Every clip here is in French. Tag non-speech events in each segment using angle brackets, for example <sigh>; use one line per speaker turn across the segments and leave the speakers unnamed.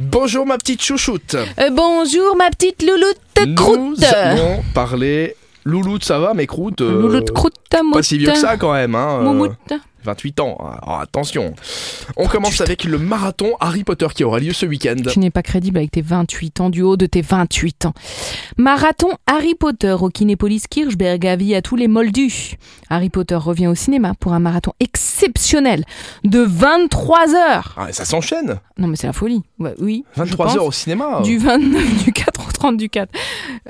Bonjour ma petite chouchoute.
Euh, bonjour ma petite louloute croûte.
Nous allons parler. Louloute, ça va, mais croûte. euh,
Louloute croûte,
Pas
moumoute,
si vieux que ça quand même. Hein, euh,
moumoute.
28 ans. Alors, attention. On commence avec le marathon Harry Potter qui aura lieu ce week-end.
Tu n'es pas crédible avec tes 28 ans, du haut de tes 28 ans. Marathon Harry Potter au Kinépolis Kirchberg à vie à tous les moldus. Harry Potter revient au cinéma pour un marathon exceptionnel de 23 heures.
Ah, ça s'enchaîne.
Non mais c'est la folie. Ouais, oui. je
23
pense.
heures oh. au cinéma.
Du 29, du 4 au 30, du 4.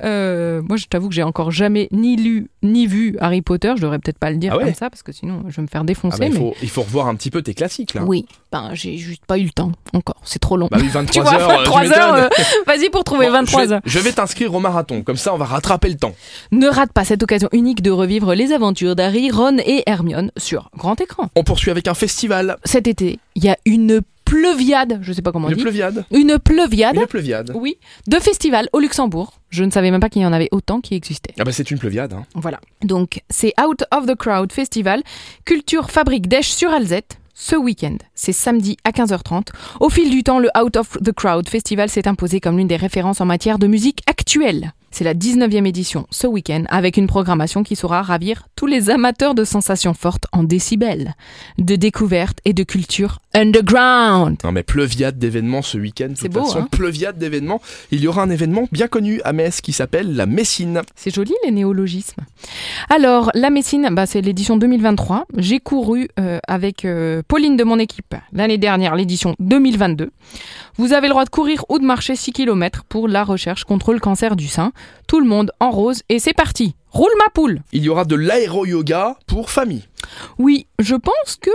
Euh, moi, je t'avoue que j'ai encore jamais ni lu ni vu Harry Potter. Je devrais peut-être pas le dire
Ah ouais
comme ça parce que sinon, je vais me faire défoncer.
Ah, bah, il,
mais-
faut, il faut revoir un petit peu tes classiques là.
Oui, ben j'ai juste pas eu le temps encore. C'est trop long.
Bah oui,
<laughs> tu
23
vois,
heures. euh, tu
23 heures,
m'étonnes. <laughs>
euh, vas-y pour trouver
Bon,
23
je vais-
heures.
Je vais t'inscrire au marathon, comme ça on va rattraper le temps.
Ne rate pas cette occasion unique de revivre les aventures d'Harry, Ron et Hermione sur grand écran.
On poursuit avec un festival,
Cet été, il y a une pleuviade, je sais pas comment on
une
dit,
pleuviade.
une pleuviade,
Une pleuviade.
oui, de festivals au Luxembourg. Je ne savais même pas qu'il y en avait autant qui existaient.
Ah bah c'est une pleuviade. hein.
Voilà. Donc, c'est Out of the Crowd Festival, Culture Fabrique d'Esch sur Alzette. Ce week-end, c'est samedi à 15h30. Au fil du temps, le Out of the Crowd Festival s'est imposé comme l'une des références en matière de musique actuelle. C'est la 19e édition ce week-end, avec une programmation qui saura ravir tous les amateurs de sensations fortes en décibels, de découvertes et de culture underground.
Non Hein, mais pleuviade d'événements ce week-end. de
C'est
toute
beau,
façon,
hein.
Pleuviade d'événements. Il y aura un événement bien connu à Metz qui s'appelle la Messine.
C'est joli les néologismes. Alors, la Messine, bah, c'est l'édition 2023. J'ai couru euh, avec euh, Pauline de mon équipe l'année dernière, l'édition 2022. Vous avez le droit de courir ou de marcher 6 km pour la recherche contre le cancer du sein. Tout le monde en rose et c'est parti. Roule ma poule.
Il y aura de l'aéro-yoga pour famille.
Oui, je pense que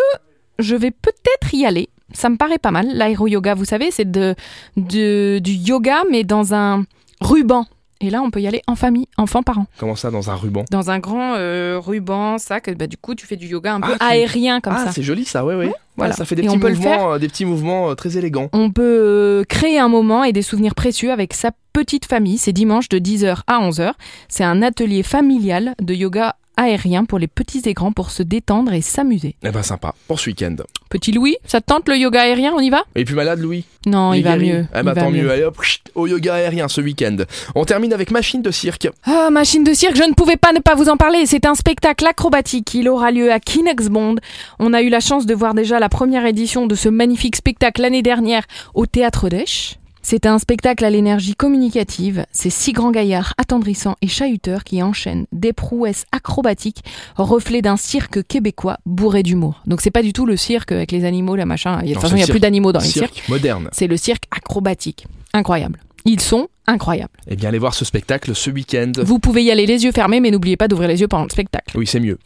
je vais peut-être y aller. Ça me paraît pas mal. L'aéro-yoga, vous savez, c'est de, de- du yoga mais dans un ruban. Et là, on peut y aller en famille, enfant par an.
Comment ça dans un ruban
dans un grand euh, ruban, sac. Bah, du coup, tu fais du yoga un peu
Ah, tu-
aérien comme
Ah
ça.
c'est joli ça, ouais ouais.
voilà.
Ah, ça fait des
Et on
petits,
peut le
mouvements, euh, des petits mouvements euh, très élégants.
On peut euh, créer un moment et des souvenirs précieux avec sa petite famille. C'est dimanche de 10h à 11h. C'est un atelier familial de yoga aérien pour les petits et grands pour se détendre et s'amuser.
Eh ben sympa, pour ce week-end.
Petit Louis, ça te tente le yoga aérien On y va
Et puis malade Louis
Non, il, va
guéri.
mieux.
Ah
il
bah
va
tant mieux,
mieux.
allez hop, chut, au yoga aérien ce week-end. On termine avec machine de cirque.
Ah, machine de cirque, je ne pouvais pas ne pas vous en parler. C'est un spectacle acrobatique. Il aura lieu à Kinexbond. On a eu la chance de voir déjà la première édition de ce magnifique spectacle l'année dernière au Théâtre d'Esch. C'est un spectacle à l'énergie communicative. C'est six grands gaillards attendrissants et chahuteurs qui enchaînent des prouesses acrobatiques, reflet d'un cirque québécois bourré d'humour. Donc c'est pas du tout le cirque avec les animaux, là, machin. Il y a- De toute
Non,
façon, il n'y a
c'est
plus d'animaux dans les cirques.
cirque moderne.
C'est le cirque acrobatique. Incroyable. Ils sont incroyables.
Eh bien allez voir ce spectacle ce week-end.
Vous pouvez y aller les yeux fermés, mais n'oubliez pas d'ouvrir les yeux pendant le spectacle. <laughs>
Oui c'est mieux.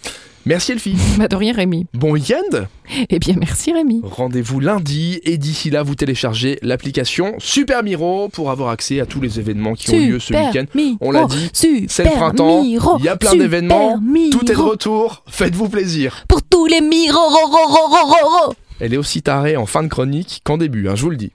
Merci Elfie.
Bah de rien, Rémi.
Bon week-end.
Eh bien, merci, Rémi.
Rendez-vous lundi et d'ici là vous téléchargez l'application Super Miro pour avoir accès à tous les événements qui ont lieu ce week-end. On l'a dit, c'est le printemps, il y a plein d'événements, Tout est de retour, faites-vous plaisir.
Pour tous les miro, ro, ro, ro, ro, ro, ro.
Elle est aussi tarée en fin de chronique qu'en début, hein, je vous le dis.